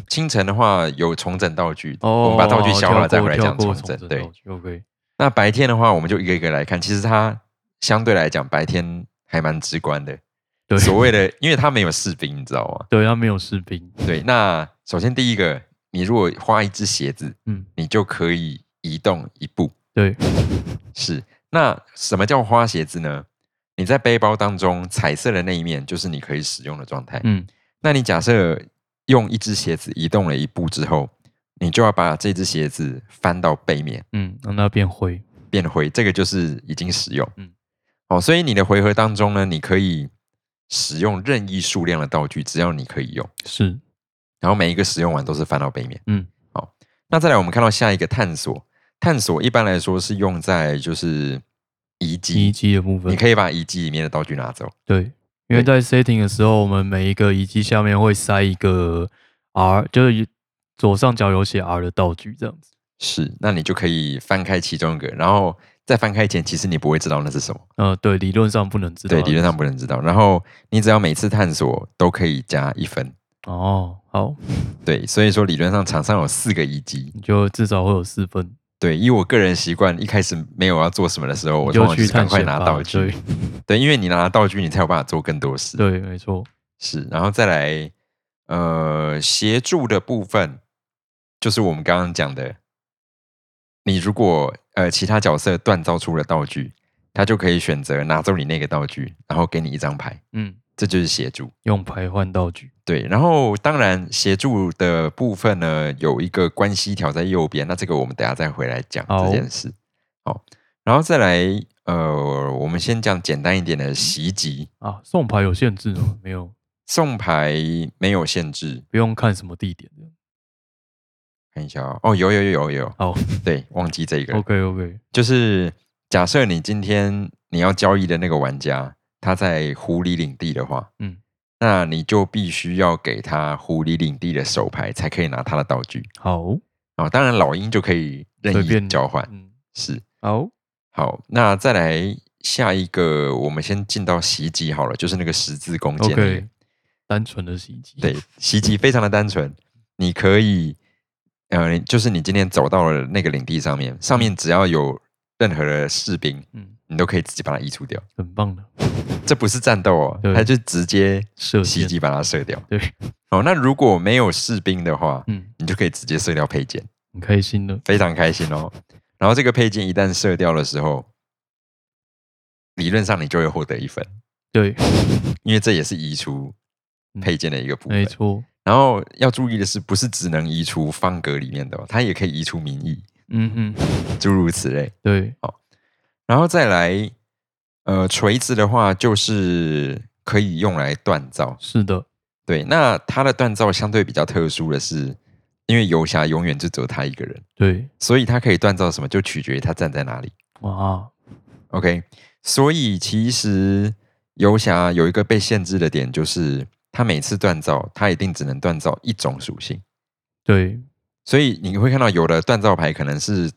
S2: 清晨的话有重整道具，我
S1: 哦，
S2: 们把道具消
S1: 跳
S2: 了再
S1: 过
S2: 回来
S1: 跳
S2: 讲
S1: 过
S2: 重
S1: 重
S2: 整。
S1: 整
S2: 对
S1: 道，具，OK，
S2: 那白天的话，我们就一个一个来看。其实它相对来讲，白天还蛮直观
S1: *laughs*
S2: 的。
S1: 对
S2: 所谓的，因为它没有士兵，你知道吗？
S1: 对，它没有士兵。
S2: 对。那首先第一个，你如果花一只鞋子，
S1: 嗯，
S2: 你就可以移动一步。 *laughs*
S1: 对，
S2: 是。那什么叫花鞋子呢？你在背包当中彩色的那一面就是你可以使用的状态。
S1: 嗯，
S2: 那你假设用一只鞋子移动了一步之后，你就要把这只鞋子翻到背面。
S1: 嗯，让它变灰。
S2: 变回，这个就是已经使用。嗯
S1: 嗯，
S2: 哦，所以你的回合当中呢，你可以使用任意数量的道具，只要你可以用，
S1: 是，
S2: 然后每一个使用完都是翻到背面。
S1: 嗯，
S2: 那再来，我们看到下一个探索，探索一般来说是用在就是遗
S1: 遗
S2: 迹，
S1: 迹的部分
S2: 你。可以把遗迹里面的道具拿走。
S1: 对，因为在 setting 的时候，我们每一个遗迹下面会塞一个 R，就是左上角有写 R 的道具这样子。
S2: 是，那你就可以翻开其中一个，然后在翻开前，其实你不会知道那是什么，
S1: 呃，对，理论上不能知道
S2: 对，
S1: 的。
S2: 理论上不能知道。然后你只要每次探索都可以加一分，
S1: 哦，好，
S2: 对，所以说理论上场上有四个一击。
S1: 你就至少会有四分，
S2: 对，以我个人习惯，一开始没有要做什么的时候，
S1: 你就
S2: 我通常就
S1: 去
S2: 是赶
S1: 探
S2: 快
S1: 险
S2: 拿
S1: 吧。对
S2: 道具。对，因为你拿了道具，你才有办法做更多事。 *laughs*
S1: 对，没错，
S2: 是，然后再来，呃，协助的部分就是我们刚刚讲的，你如果呃其他角色锻造出了道具，他就可以选择拿走你那个道具，然后给你一张牌，
S1: 嗯，
S2: 这就是协助。
S1: 用牌换道具，
S2: 对，然后当然协助的部分呢，有一个关系条在右边，那这个我们等一下再回来讲
S1: 好
S2: 这件事。好，然后再来，呃，我们先讲简单一点的袭击，
S1: 啊，送牌有限制吗？没有，
S2: 送牌没有限制，
S1: 不用看什么地点。
S2: 看一下哦，哦，有有有有有，
S1: 好
S2: 对，忘记这个了，
S1: ，OK OK，
S2: 就是假设你今天你要交易的那个玩家，他在狐狸领地的话，
S1: 嗯，
S2: 那你就必须要给他狐狸领地的手牌，才可以拿他的道具
S1: 好，
S2: 哦。当然，老鹰就可以任
S1: 随
S2: 意
S1: 便
S2: 交换，
S1: 嗯，
S2: 是
S1: 好，
S2: 好。那再来下一个，我们先进到袭击好了，就是那个十字弓箭那个
S1: OK，单纯的袭击，
S2: 对，袭击非常的单纯，你可以，呃，就是你今天走到了那个领地上面，上面只要有任何的士兵，
S1: 嗯，
S2: 你都可以直接把它移除掉。
S1: 很棒的
S2: 这不是战斗哦，
S1: 对
S2: 它就直接
S1: 射
S2: 袭
S1: 箭，
S2: 击把它射掉。
S1: 对，
S2: 哦，那如果没有士兵的话，
S1: 嗯，
S2: 你就可以直接射掉配件，
S1: 很开心的，
S2: 非常开心哦。然后这个配件一旦射掉的时候，理论上你就会获得一分，
S1: 对，
S2: 因为这也是移除配件的一个部
S1: 嗯
S2: 分
S1: 没。错，
S2: 然后要注意的是，不是只能移除方格里面的、哦，它也可以移除民意，
S1: 嗯哼，
S2: 诸如此类。
S1: 对，
S2: 然后再来，呃，锤子的话就是可以用来锻造。
S1: 是的，
S2: 对，那它的锻造相对比较特殊的是，因为游侠永远就只有他一个人，
S1: 对，
S2: 所以他可以锻造什么就取决于他站在哪里。
S1: 哇，
S2: OK，所以其实游侠有一个被限制的点，就是他每次锻造，他一定只能锻造一种属性。
S1: 对，
S2: 所以你会看到有的锻造牌可能是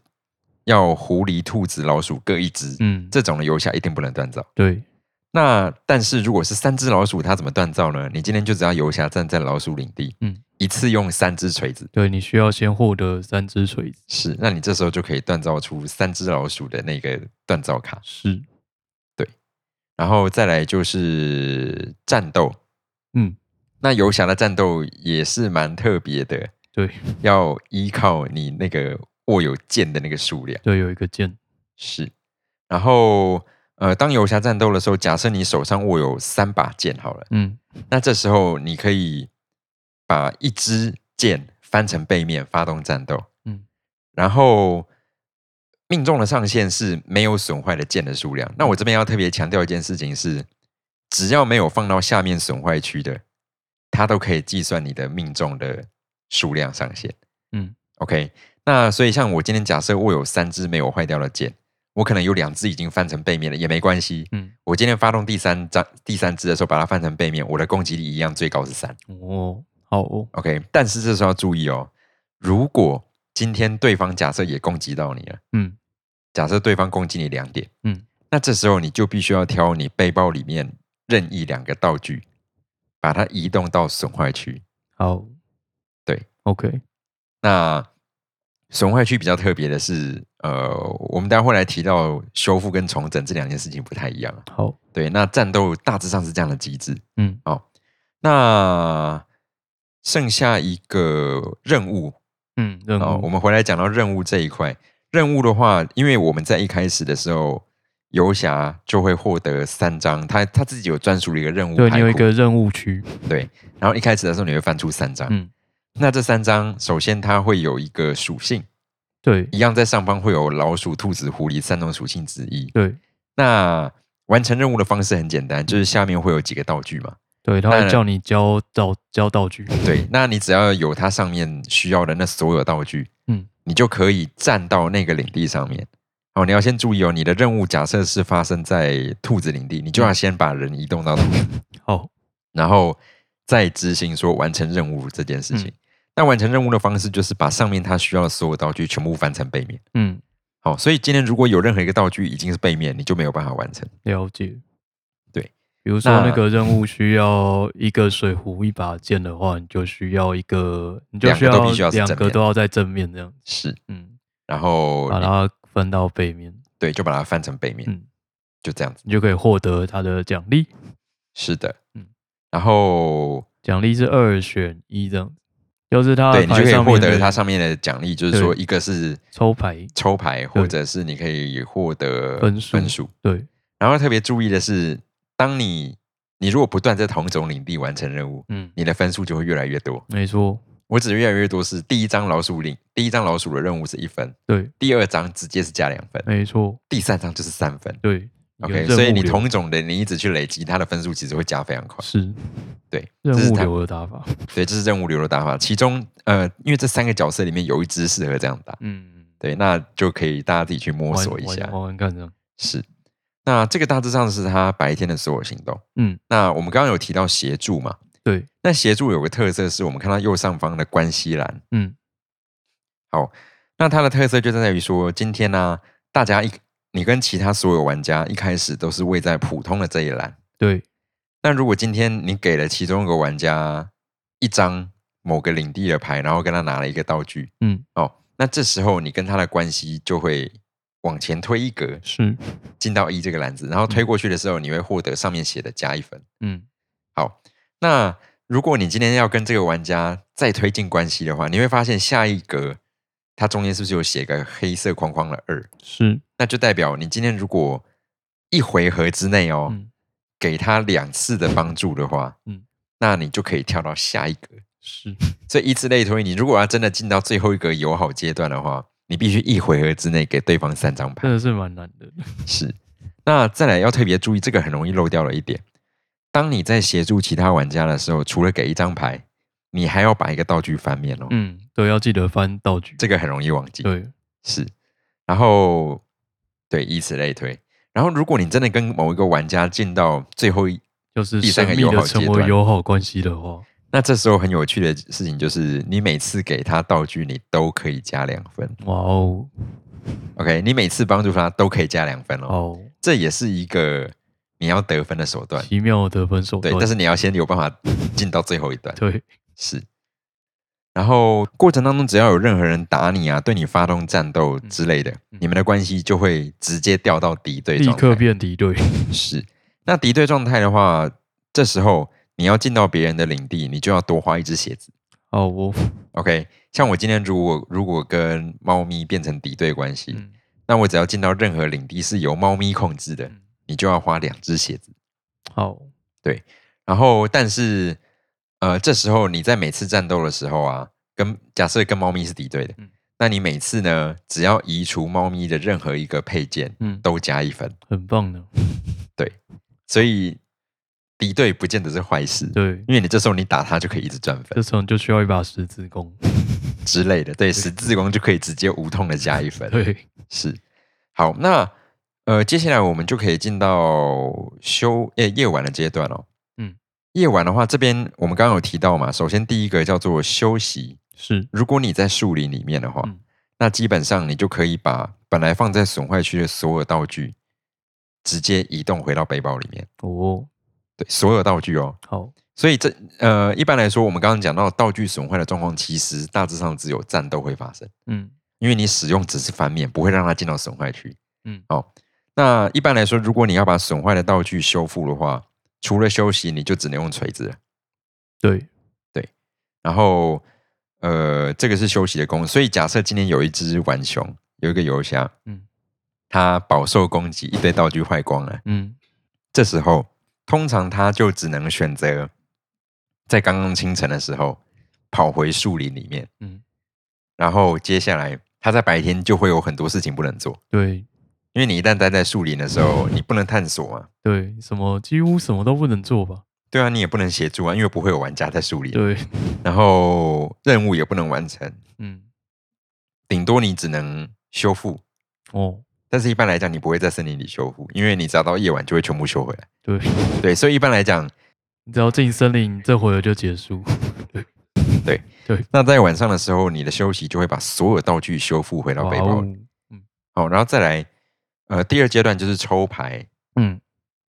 S2: 要狐狸、兔子、老鼠各一只，
S1: 嗯，
S2: 这种的游侠一定不能锻造。
S1: 对，
S2: 那但是如果是三只老鼠，它怎么锻造呢？你今天就只要游侠站在老鼠领地，
S1: 嗯，
S2: 一次用三只锤子，
S1: 对你需要先获得三只锤子，
S2: 是，那你这时候就可以锻造出三只老鼠的那个锻造卡，
S1: 是，
S2: 然后再来就是战斗。
S1: 嗯，
S2: 那游侠的战斗也是蛮特别的，
S1: 对，
S2: 要依靠你那个握有剑的那个数量。
S1: 对，有一个剑，
S2: 是，然后呃，当游侠战斗的时候，假设你手上握有三把剑好了，
S1: 嗯，
S2: 那这时候你可以把一支箭翻成背面发动战斗，
S1: 嗯，
S2: 然后命中的上限是没有损坏的箭的数量。那我这边要特别强调一件事情是，只要没有放到下面损坏区的，它都可以计算你的命中的数量上限。
S1: 嗯
S2: ，OK。那所以像我今天假设我有三支没有坏掉的箭，我可能有两支已经翻成背面了，也没关系。
S1: 嗯，
S2: 我今天发动第三张第三支的时候，把它翻成背面，我的攻击力一样最高是三。
S1: 哦，好哦，
S2: OK，但是这时候要注意哦，如果今天对方假设也攻击到你了，
S1: 嗯
S2: 假设对方攻击你两点，
S1: 嗯，
S2: 那这时候你就必须要挑你背包里面任意两个道具，把它移动到损坏区。
S1: 好，
S2: 对
S1: ，OK，
S2: 那损坏区比较特别的是，呃，我们待会来提到修复跟重整这两件事情不太一样啊。
S1: 好，
S2: 对，那战斗大致上是这样的机制。
S1: 嗯，
S2: 那剩下一个任务
S1: 嗯，任
S2: 哦，
S1: 务
S2: 我，们回来讲到任务这一块。任务的话，因为我们在一开始的时候，游侠就会获得三张，他他自己有专属的一个任务
S1: 对
S2: 牌
S1: 你有一
S2: 库
S1: 个任务区，
S2: 对，然后一开始的时候你会翻出三张，
S1: 嗯，
S2: 那这三张首先它会有一个属性，
S1: 对
S2: 一样在上方会有老鼠、兔子、狐狸三种属性之一。
S1: 对
S2: 那完成任务的方式很简单，就是下面会有几个道具嘛，
S1: 对，他
S2: 那
S1: 会叫你交道交道具，
S2: 对，那你只要有它上面需要的那所有道具，
S1: 嗯，
S2: 你就可以站到那个领地上面。哦，你要先注意哦，你的任务假设是发生在兔子领地，你就要先把人移动到兔
S1: 嗯
S2: 子，
S1: 好，
S2: 然后再执行说完成任务这件事
S1: 嗯
S2: 情。那完成任务的方式就是把上面它需要的所有道具全部翻成背面。
S1: 嗯，
S2: 好，所以今天如果有任何一个道具已经是背面，你就没有办法完成。
S1: 了解，比如说那
S2: 那
S1: 个任务需要一个水壶一把剑的话，你就需要一个，你就
S2: 两
S1: 需
S2: 个都必须要是
S1: 两
S2: 正
S1: 个
S2: 面
S1: 都要在正面这样，
S2: 是，
S1: 嗯，
S2: 然后
S1: 把它分到背面，
S2: 对，就把它翻成背面，
S1: 嗯
S2: 就这样子。
S1: 你就可以获得它的奖励。
S2: 是的，
S1: 嗯
S2: 然后
S1: 奖励是二选一这样子，就是它
S2: 对
S1: 的
S2: 你就
S1: 牌
S2: 可以
S1: 啊上
S2: 获
S1: 面
S2: 得
S1: 的
S2: 它上面的奖励，就是
S1: 对
S2: 说一个是
S1: 抽牌
S2: 抽牌，或
S1: 对
S2: 者是你可以获得
S1: 分数
S2: 分数。
S1: 对，
S2: 然后特别注意的是，当你你如果不断在同种领地完成任务，
S1: 嗯，
S2: 你的分数就会越来越多。
S1: 没错，
S2: 我指的越来越多是第一张老鼠领，第一张老鼠的任务是一分，
S1: 对，
S2: 第二张直接是加两分，
S1: 没错，
S2: 第三张就是三分。
S1: 对。一个
S2: OK，
S1: 任
S2: 所以
S1: 务
S2: 你
S1: 流
S2: 同种的你一直去累积，它的分数其实会加非常快。
S1: 是
S2: 对，
S1: 任
S2: 这是
S1: 务
S2: 它
S1: 流的打法，
S2: 对，这是任务流的打法。其中，呃，因为这三个角色里面有一只适合这样打，
S1: 嗯，
S2: 对，那就可以大家自己去摸
S1: 玩
S2: 索一下
S1: 玩。玩玩看这样，
S2: 是，那这个大致上是他白天的所有行动。
S1: 嗯，
S2: 那我们刚刚有提到协助嘛？
S1: 对，
S2: 那协助有个特色是我们看到右上方的关系栏，
S1: 嗯，
S2: 那它的特色就在于说，今天呢、大家一你跟其他所有玩家一开始都是位在普通的这一栏。
S1: 对，
S2: 那如果今天你给了其中一个玩家一张某个领地的牌，然后跟他拿了一个道具，
S1: 嗯，
S2: 哦，那这时候你跟他的关系就会往前推一格，
S1: 是，
S2: 进到 E 一这个篮子，然后推过去的时候，你会获得上面写的加一分。
S1: 嗯，
S2: 好，那如果你今天要跟这个玩家再推进关系的话，你会发现下一格它中间是不是有写个黑色框框的二？
S1: 是，
S2: 那就代表你今天如果一回合之内哦，
S1: 嗯，
S2: 给他两次的帮助的话，
S1: 嗯
S2: 嗯，那你就可以跳到下一格。
S1: 是，
S2: 所以以此类推，你如果要真的进到最后一个友好阶段的话，你必须一回合之内给对方三张牌
S1: *laughs* 真。的是蛮难的，
S2: 哦是，那再来要特别注意，这个很容易漏掉了一点。当你在协助其他玩家的时候，除了给一张牌，你还要把一个道具翻面哦，
S1: 嗯，对，要记得翻道具，
S2: 这个很容易忘记。
S1: 对，
S2: 是，然后对，以此类推。然后，如果你真的跟某一个玩家进到最后一，
S1: 就是
S2: 第三
S1: 神
S2: 个
S1: 秘
S2: 友
S1: 的
S2: 好
S1: 成
S2: 阶
S1: 为
S2: 段
S1: 友好关系的话，
S2: 那这时候很有趣的事情就是，你每次给他道具，你都可以加两分。
S1: 哇哦，
S2: OK，你每次帮助他都可以加两分哦，
S1: 好
S2: 这也是一个你要得分的手段。
S1: 奇妙的分手
S2: 对
S1: 段，，
S2: 但是你要先有办法进到最后一段。
S1: 对，
S2: 是。然后过程当中，只要有任何人打你啊，对你发动战斗之类的，
S1: 嗯
S2: 你们的关系就会直接掉到敌对
S1: 立
S2: 状态。
S1: 刻变敌对，
S2: 是。那敌对状态的话，这时候你要进到别人的领地，你就要多花一只鞋子。
S1: 好哦，
S2: OK，像我今天如果如果跟猫咪变成敌对关系，
S1: 嗯，
S2: 那我只要进到任何领地是由猫咪控制的
S1: 嗯，
S2: 你就要花两只鞋子。
S1: *laughs* 好，
S2: 然后，但是，呃，这时候你在每次战斗的时候啊，跟假设跟猫咪是敌对的，
S1: 嗯
S2: 那你每次呢，只要移除猫咪的任何一个配件，
S1: 嗯，
S2: 都加一分。
S1: 很棒的，
S2: 所以，敌对不见得是坏事，
S1: 对，
S2: 因为你这时候你打它就可以一直赚
S1: 这
S2: 分
S1: 时候你就需要一把十字
S2: *laughs*
S1: 弓，
S2: 之类的。对，十字弓就可以直接无痛的加一分。
S1: 对，
S2: 是，好，那呃，接下来我们就可以进到休夜夜晚的阶段哦。
S1: 嗯，
S2: 夜晚的话，这边我们刚刚有提到嘛，首先第一个叫做休息。
S1: 是，
S2: 如果你在树林里面的话，
S1: 嗯
S2: 那基本上你就可以把本来放在损坏区的所有道具直接移动回到背包里面。
S1: 哦，
S2: 对，所有道具哦。
S1: 好，
S2: 所以这呃，一般来说，我们刚刚讲到道具损坏的状况，其实大致上只有战斗会发生。
S1: 嗯
S2: 因为你使用只是翻面，不会让它进到损坏区。
S1: 嗯
S2: 哦，那一般来说，如果你要把损坏的道具修复的话，除了休息，你就只能用锤子了。
S1: 对，
S2: 然后，呃，这个是休息的功。所以，假设今天有一只浣熊，有一个游侠，
S1: 嗯
S2: 嗯，它饱受攻击，一堆道具坏光了。
S1: 嗯，
S2: 这时候，通常它就只能选择在刚刚清晨的时候跑回树林里面。
S1: 嗯
S2: 嗯，然后接下来，它在白天就会有很多事情不能做。
S1: 对。
S2: 因为你一旦待在树林的时候，你不能探索嘛，
S1: 对，什么几乎什么都不能做吧？
S2: 对啊，你也不能协助啊，因为不会有玩家在树林，
S1: 对，
S2: 然后任务也不能完成，
S1: *laughs* 嗯，
S2: 顶多你只能修复，
S1: 哦，
S2: 但是一般来讲，你不会在森林里修复，因为你只要到夜晚就会全部修回来。
S1: 对， *laughs*
S2: 对，所以一般来讲，
S1: 你只要进森林，这回合就结束。
S2: 那在晚上的时候，你的休息就会把所有道具修复回到背包
S1: 哇
S2: 里。
S1: 哦，
S2: 好，然后再来，呃，第二阶段就是抽牌，
S1: 嗯，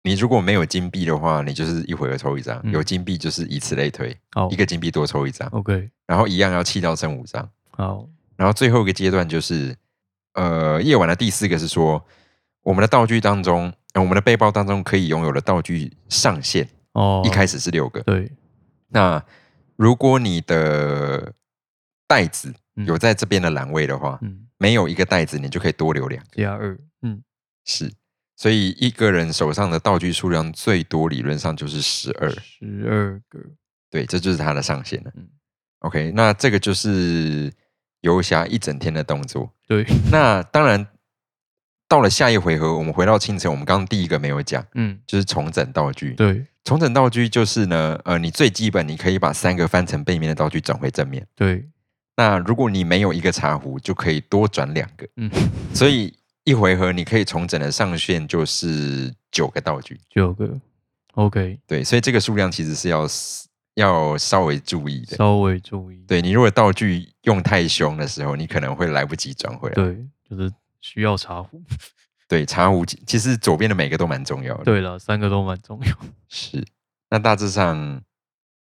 S2: 你如果没有金币的话，你就是一回合抽一张；
S1: 嗯哦
S2: 有金币就是以此类推，
S1: 好
S2: 一个金币多抽一张，
S1: ，OK，
S2: 然后一样要气到剩五张。
S1: 好，
S2: 然后最后一个阶段就是，呃，夜晚的第四个是说，我们的道具当中，呃我们的背包当中可以拥有的道具上限，
S1: 哦，
S2: 一开始是六个。
S1: 对，
S2: 那如果你的袋子
S1: 嗯
S2: 有在这边的栏位的话，
S1: 嗯，
S2: 没有一个袋子，你就可以多留两个。
S1: 加二，嗯，
S2: 是，所以一个人手上的道具数量最多，理论上就是十二。
S1: 十二个，
S2: 对，这就是它的上限了。
S1: 嗯
S2: OK，那这个就是游侠一整天的动作。
S1: 对，
S2: *laughs* 那当然，到了下一回合，我们回到清晨，我们刚刚第一个没有讲，
S1: 嗯，
S2: 就是重整道具。
S1: 对
S2: 重整道具就是呢，呃，你最基本你可以把三个翻成背面的道具转回正面。
S1: 对，
S2: 那如果你没有一个茶壶，就可以多转两个。
S1: 嗯，
S2: 所以一回合你可以重整的上限就是九个道具。
S1: 九个，OK，
S2: 对，所以这个数量其实是要 s- 要稍微注意的。
S1: 稍微注意，
S2: 对你如果道具用太凶的时候，你可能会来不及转回来。
S1: 对，就是需要茶壶，
S2: 对，茶壶其其实左边的每个都蛮重要的。，
S1: 对了，三个都蛮重要，
S2: 是。那大致上，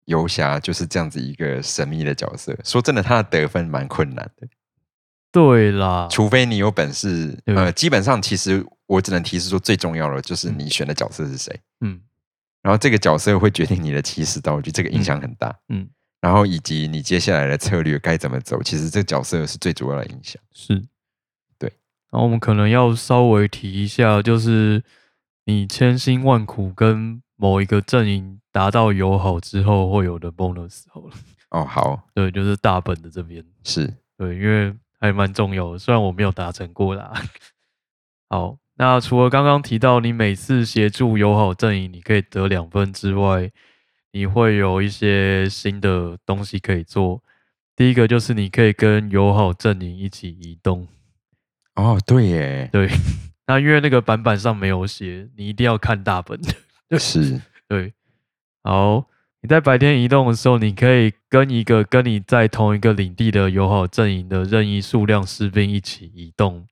S2: 游侠就是这样子一个神秘的角色。说真的，他的得分蛮困难的，
S1: 对啦，
S2: 除非你有本事。
S1: 对
S2: 呃，基本上其实我只能提示说，最重要的就是你选的角色是谁。
S1: 嗯
S2: 然后这个角色会决定你的起始道具，这个影响很大。
S1: 嗯，
S2: 然后以及你接下来的策略该怎么走，其实这个角色是最主要的影响。
S1: 是，
S2: 对，
S1: 然后我们可能要稍微提一下，就是你千辛万苦跟某一个阵营达到友好之后会有的 bonus 好了，
S2: 哦，好，
S1: 对，就是大本的这边。
S2: 是
S1: 对，因为还蛮重要的，虽然我没有达成过啦。 *laughs* 好，那除了刚刚提到你每次协助友好阵营，你可以得两分之外，你会有一些新的东西可以做。第一个就是你可以跟友好阵营一起移动，
S2: 哦，对耶，
S1: 对。 *laughs* 那因为那个版本上没有写，你一定要看大本。
S2: 是
S1: 对，好，你在白天移动的时候，你可以跟一个跟你在同一个领地的友好阵营的任意数量士兵一起移动，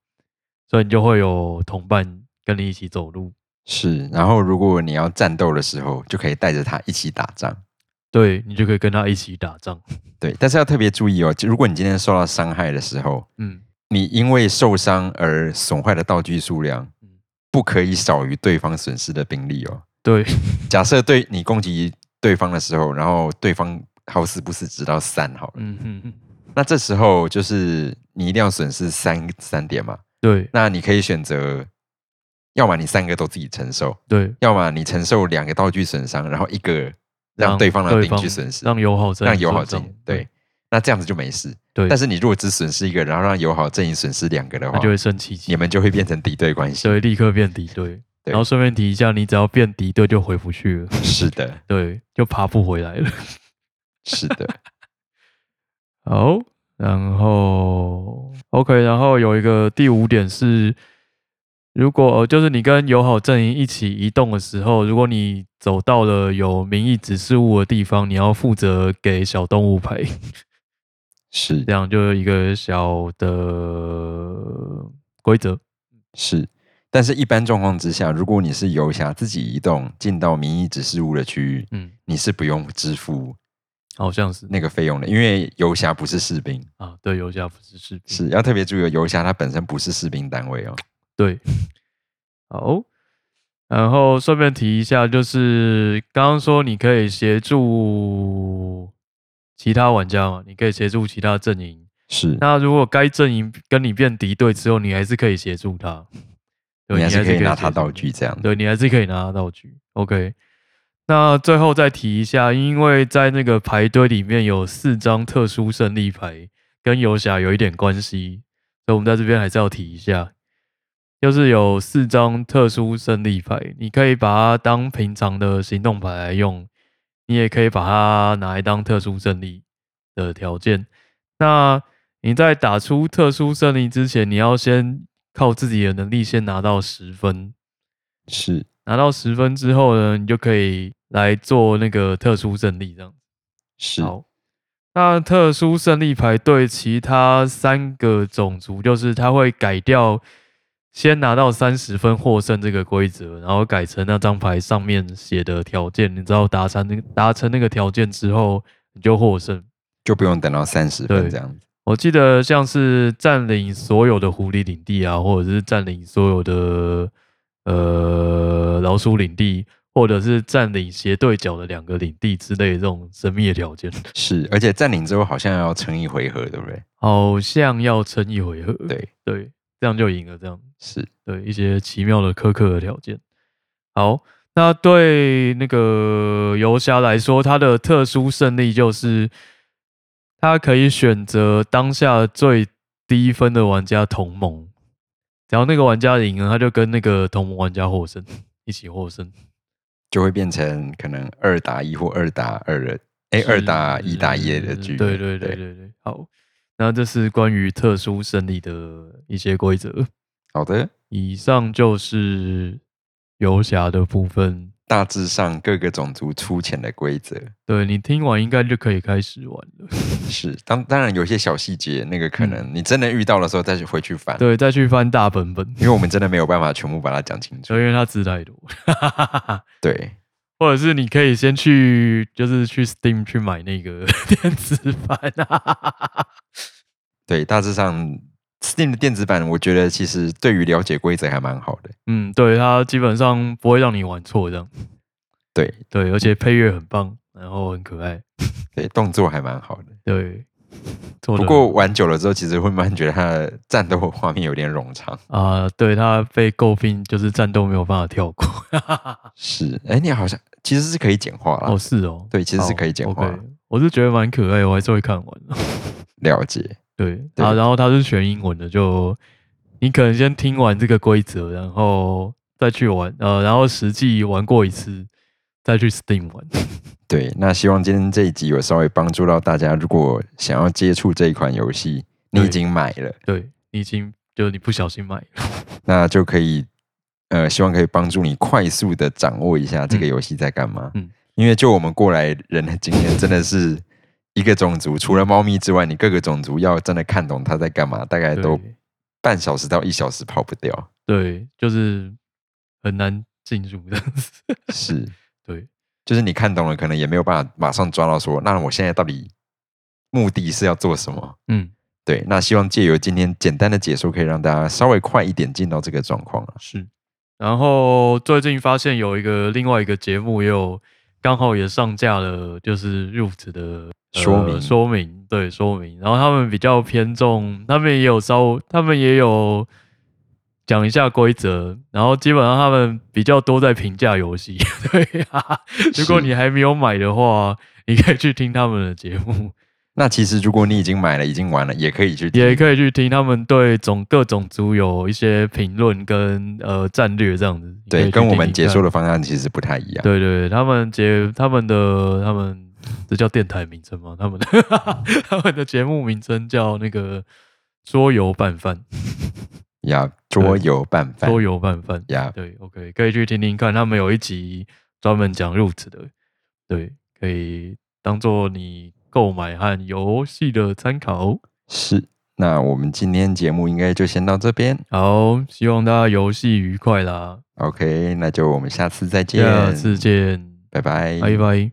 S1: 所以你就会有同伴跟你一起走路。
S2: 是。然后如果你要战斗的时候，就可以带着他一起打仗。
S1: 对你就可以跟他一起打仗。
S2: 对，但是要特别注意哦，就如果你今天受到伤害的时候，
S1: 嗯，
S2: 你因为受伤而损坏的道具数量
S1: 嗯，
S2: 不可以少于对方损失的兵力哦。
S1: 对，
S2: 假设对你攻击对方的时候，然后对方好死不死只到三好了，
S1: 嗯哼哼，
S2: 那这时候就是你一定要损失三三点嘛。
S1: 对
S2: 那你可以选择，要么你三个都自己承受，
S1: 对，
S2: 要么你承受两个道具损伤，然后一个让对方的
S1: 对
S2: 兵
S1: 方
S2: 去损失，
S1: 让友好阵
S2: 让
S1: 营
S2: 友
S1: 受
S2: 好阵
S1: 伤
S2: 营对。那这样子就没事，
S1: 嗯对，
S2: 但是你如果只损失一个，然后让友好阵营损失两个的
S1: 他
S2: 话，
S1: 就会生气气
S2: 你，们就会变成敌对关系。
S1: 所以立刻变敌对。
S2: 对
S1: 然后顺便提一下，你只要变敌对就回不去了，
S2: 是的，
S1: 对，就爬不回来了。
S2: 是的，
S1: 好，然后 OK，然后有一个第五点是，如果呃就是你跟友好阵营一起移动的时候，如果你走到了有民意指示物的地方，你要负责给小动物牌， *laughs*
S2: 是
S1: 这样就是一个小的规则。
S2: 是。但是，一般状况之下，如果你是游侠自己移动进到民意指示物的区域，
S1: 嗯，
S2: 你是不用支付
S1: 好像是
S2: 那个费用的，因为游侠不是士兵，
S1: 啊，对，游侠不是士兵。
S2: 是要特别注意哦，游侠它本身不是士兵单位哦。
S1: 对，好，然后顺便提一下，就是刚刚说你可以协助其他玩家嘛，你可以协助其他阵营。
S2: 是，
S1: 那如果该阵营跟你变敌对之后，你还是可以协助他，对
S2: 你还是可以拿
S1: 协
S2: 他
S1: 助
S2: 道具这样。
S1: 对你还是可以拿到道具。OK，那最后再提一下，因为在那个牌堆里面有四张特殊胜利牌，跟游侠有一点关系，所以我们在这边还是要提一下，就是有四张特殊胜利牌，你可以把它当平常的行动牌来用，你也可以把它拿来当特殊胜利的条件。那你在打出特殊胜利之前，你要先靠自己的能力先拿到十分，
S2: 是
S1: 拿到十分之后呢，你就可以来做那个特殊胜利这样。
S2: 是
S1: 好，那特殊胜利牌对其他三个种族，就是它会改掉先拿到三十分获胜这个规则，然后改成那张牌上面写的条件，你知道达成那个达成那个条件之后，你就获胜。
S2: 就不用等到三十分
S1: 对
S2: 这样子。
S1: 我记得像是占领所有的狐狸领地啊，或者是占领所有的呃老鼠领地，或者是占领斜对角的两个领地之类的这种神秘的条件，
S2: 是，而且占领之后好像要乘一回合，对不对？
S1: 好像要撑一回合。
S2: 对，
S1: 对，这样就赢了。这样
S2: 是
S1: 对一些奇妙的苛刻的条件。好，那对那个游侠来说，他的特殊胜利就是他可以选择当下最低分的玩家同盟，只要那个玩家赢了，他就跟那个同盟玩家获胜，一起获胜。
S2: 就会变成可能二打一或二打二的，哎，二打一打一的局。
S1: 对对对对对，好。那这是关于特殊胜利的一些规则。
S2: 好的，
S1: 以上就是游侠的部分。
S2: 大致上各个种族粗浅的规则
S1: 对你听完应该就可以开始玩了。
S2: 是，当当然有些小细节，那个可能你真的遇到的时候再去回去翻，
S1: 对，再去翻大本本，
S2: 因为我们真的没有办法全部把它讲清楚
S1: 因。为它字太多。
S2: 对，
S1: 或者是你可以先去，就是去 Steam 去买那个 *laughs* 电子版啊。
S2: 对，大致上 Steam 的电子版，我觉得其实对于了解规则还蛮好的。
S1: 嗯，对，它基本上不会让你玩错这样。
S2: 对
S1: 对，而且配乐很棒，然后很可爱。
S2: 对，动作还蛮好的。
S1: 对，做得
S2: 不过玩久了之后，其实会慢慢觉得它的战斗画面有点冗长。
S1: 啊、对它被诟病就是战斗没有办法跳过。
S2: 是，哎，你好像其实是可以简化啦。
S1: 哦，是哦，
S2: 对其实是可以简
S1: 好
S2: 化
S1: OK，我是觉得蛮可爱的，我还是会看完。
S2: 了解，
S1: 对
S2: 对
S1: 啊，然后它是全英文的，就你可能先听完这个规则，然后再去玩，呃，然后实际玩过一次，再去 Steam 玩。 *laughs*
S2: 对。那希望今天这一集有稍微帮助到大家。如果想要接触这一款游戏，你已
S1: 对
S2: 经买了，
S1: 对你已经就你不小心买了，
S2: 那就可以，呃，希望可以帮助你快速的掌握一下这个游戏在干嘛。
S1: 嗯
S2: 因为就我们过来人的经验，真的是一个种族除了猫咪之外，你各个种族要真的看懂它在干嘛，大概都
S1: 对
S2: 半小时到一小时跑不掉。
S1: 对，就是很难进入这样子。
S2: 是，
S1: *laughs* 对
S2: 就是你看懂了，可能也没有办法马上抓到说，那我现在到底目的是要做什么？
S1: 嗯，
S2: 对，那希望借由今天简单的解说，可以让大家稍微快一点进到这个状况啊了。
S1: 是。然后最近发现有一个另外一个节目也有刚好也上架了，就是 Root 的、呃
S2: 说明
S1: 说明对说明。然后他们比较偏重，他们也有稍，他们也有讲一下规则。然后基本上他们比较多在评价游戏。 *laughs* 对啊，如果
S2: 是
S1: 你还没有买的话，你可以去听他们的节目，
S2: 那其实如果你已经买了，已经玩了，也可以去听
S1: 也可以去听他们对种各种族有一些评论跟呃战略这样子。你可以
S2: 对，
S1: 去
S2: 跟我
S1: 听
S2: 们
S1: 听
S2: 解
S1: 看
S2: 说的方向其实不太一样。
S1: 对对，对他们节他们的他们这叫电台名称吗？他们的 *laughs* 他们的节目名称叫那个桌游拌饭，
S2: 呀，桌游拌饭
S1: 桌游拌饭。
S2: 呀，
S1: 对，OK，可以去听听看，他们有一集专门讲 Root 的，对，可以当做你购买和游戏的参考。
S2: 是。那我们今天节目应该就先到这边
S1: 好，希望大家游戏愉快啦，
S2: ，OK？那就我们下次再见，
S1: 下次见，
S2: 拜拜，
S1: 拜拜。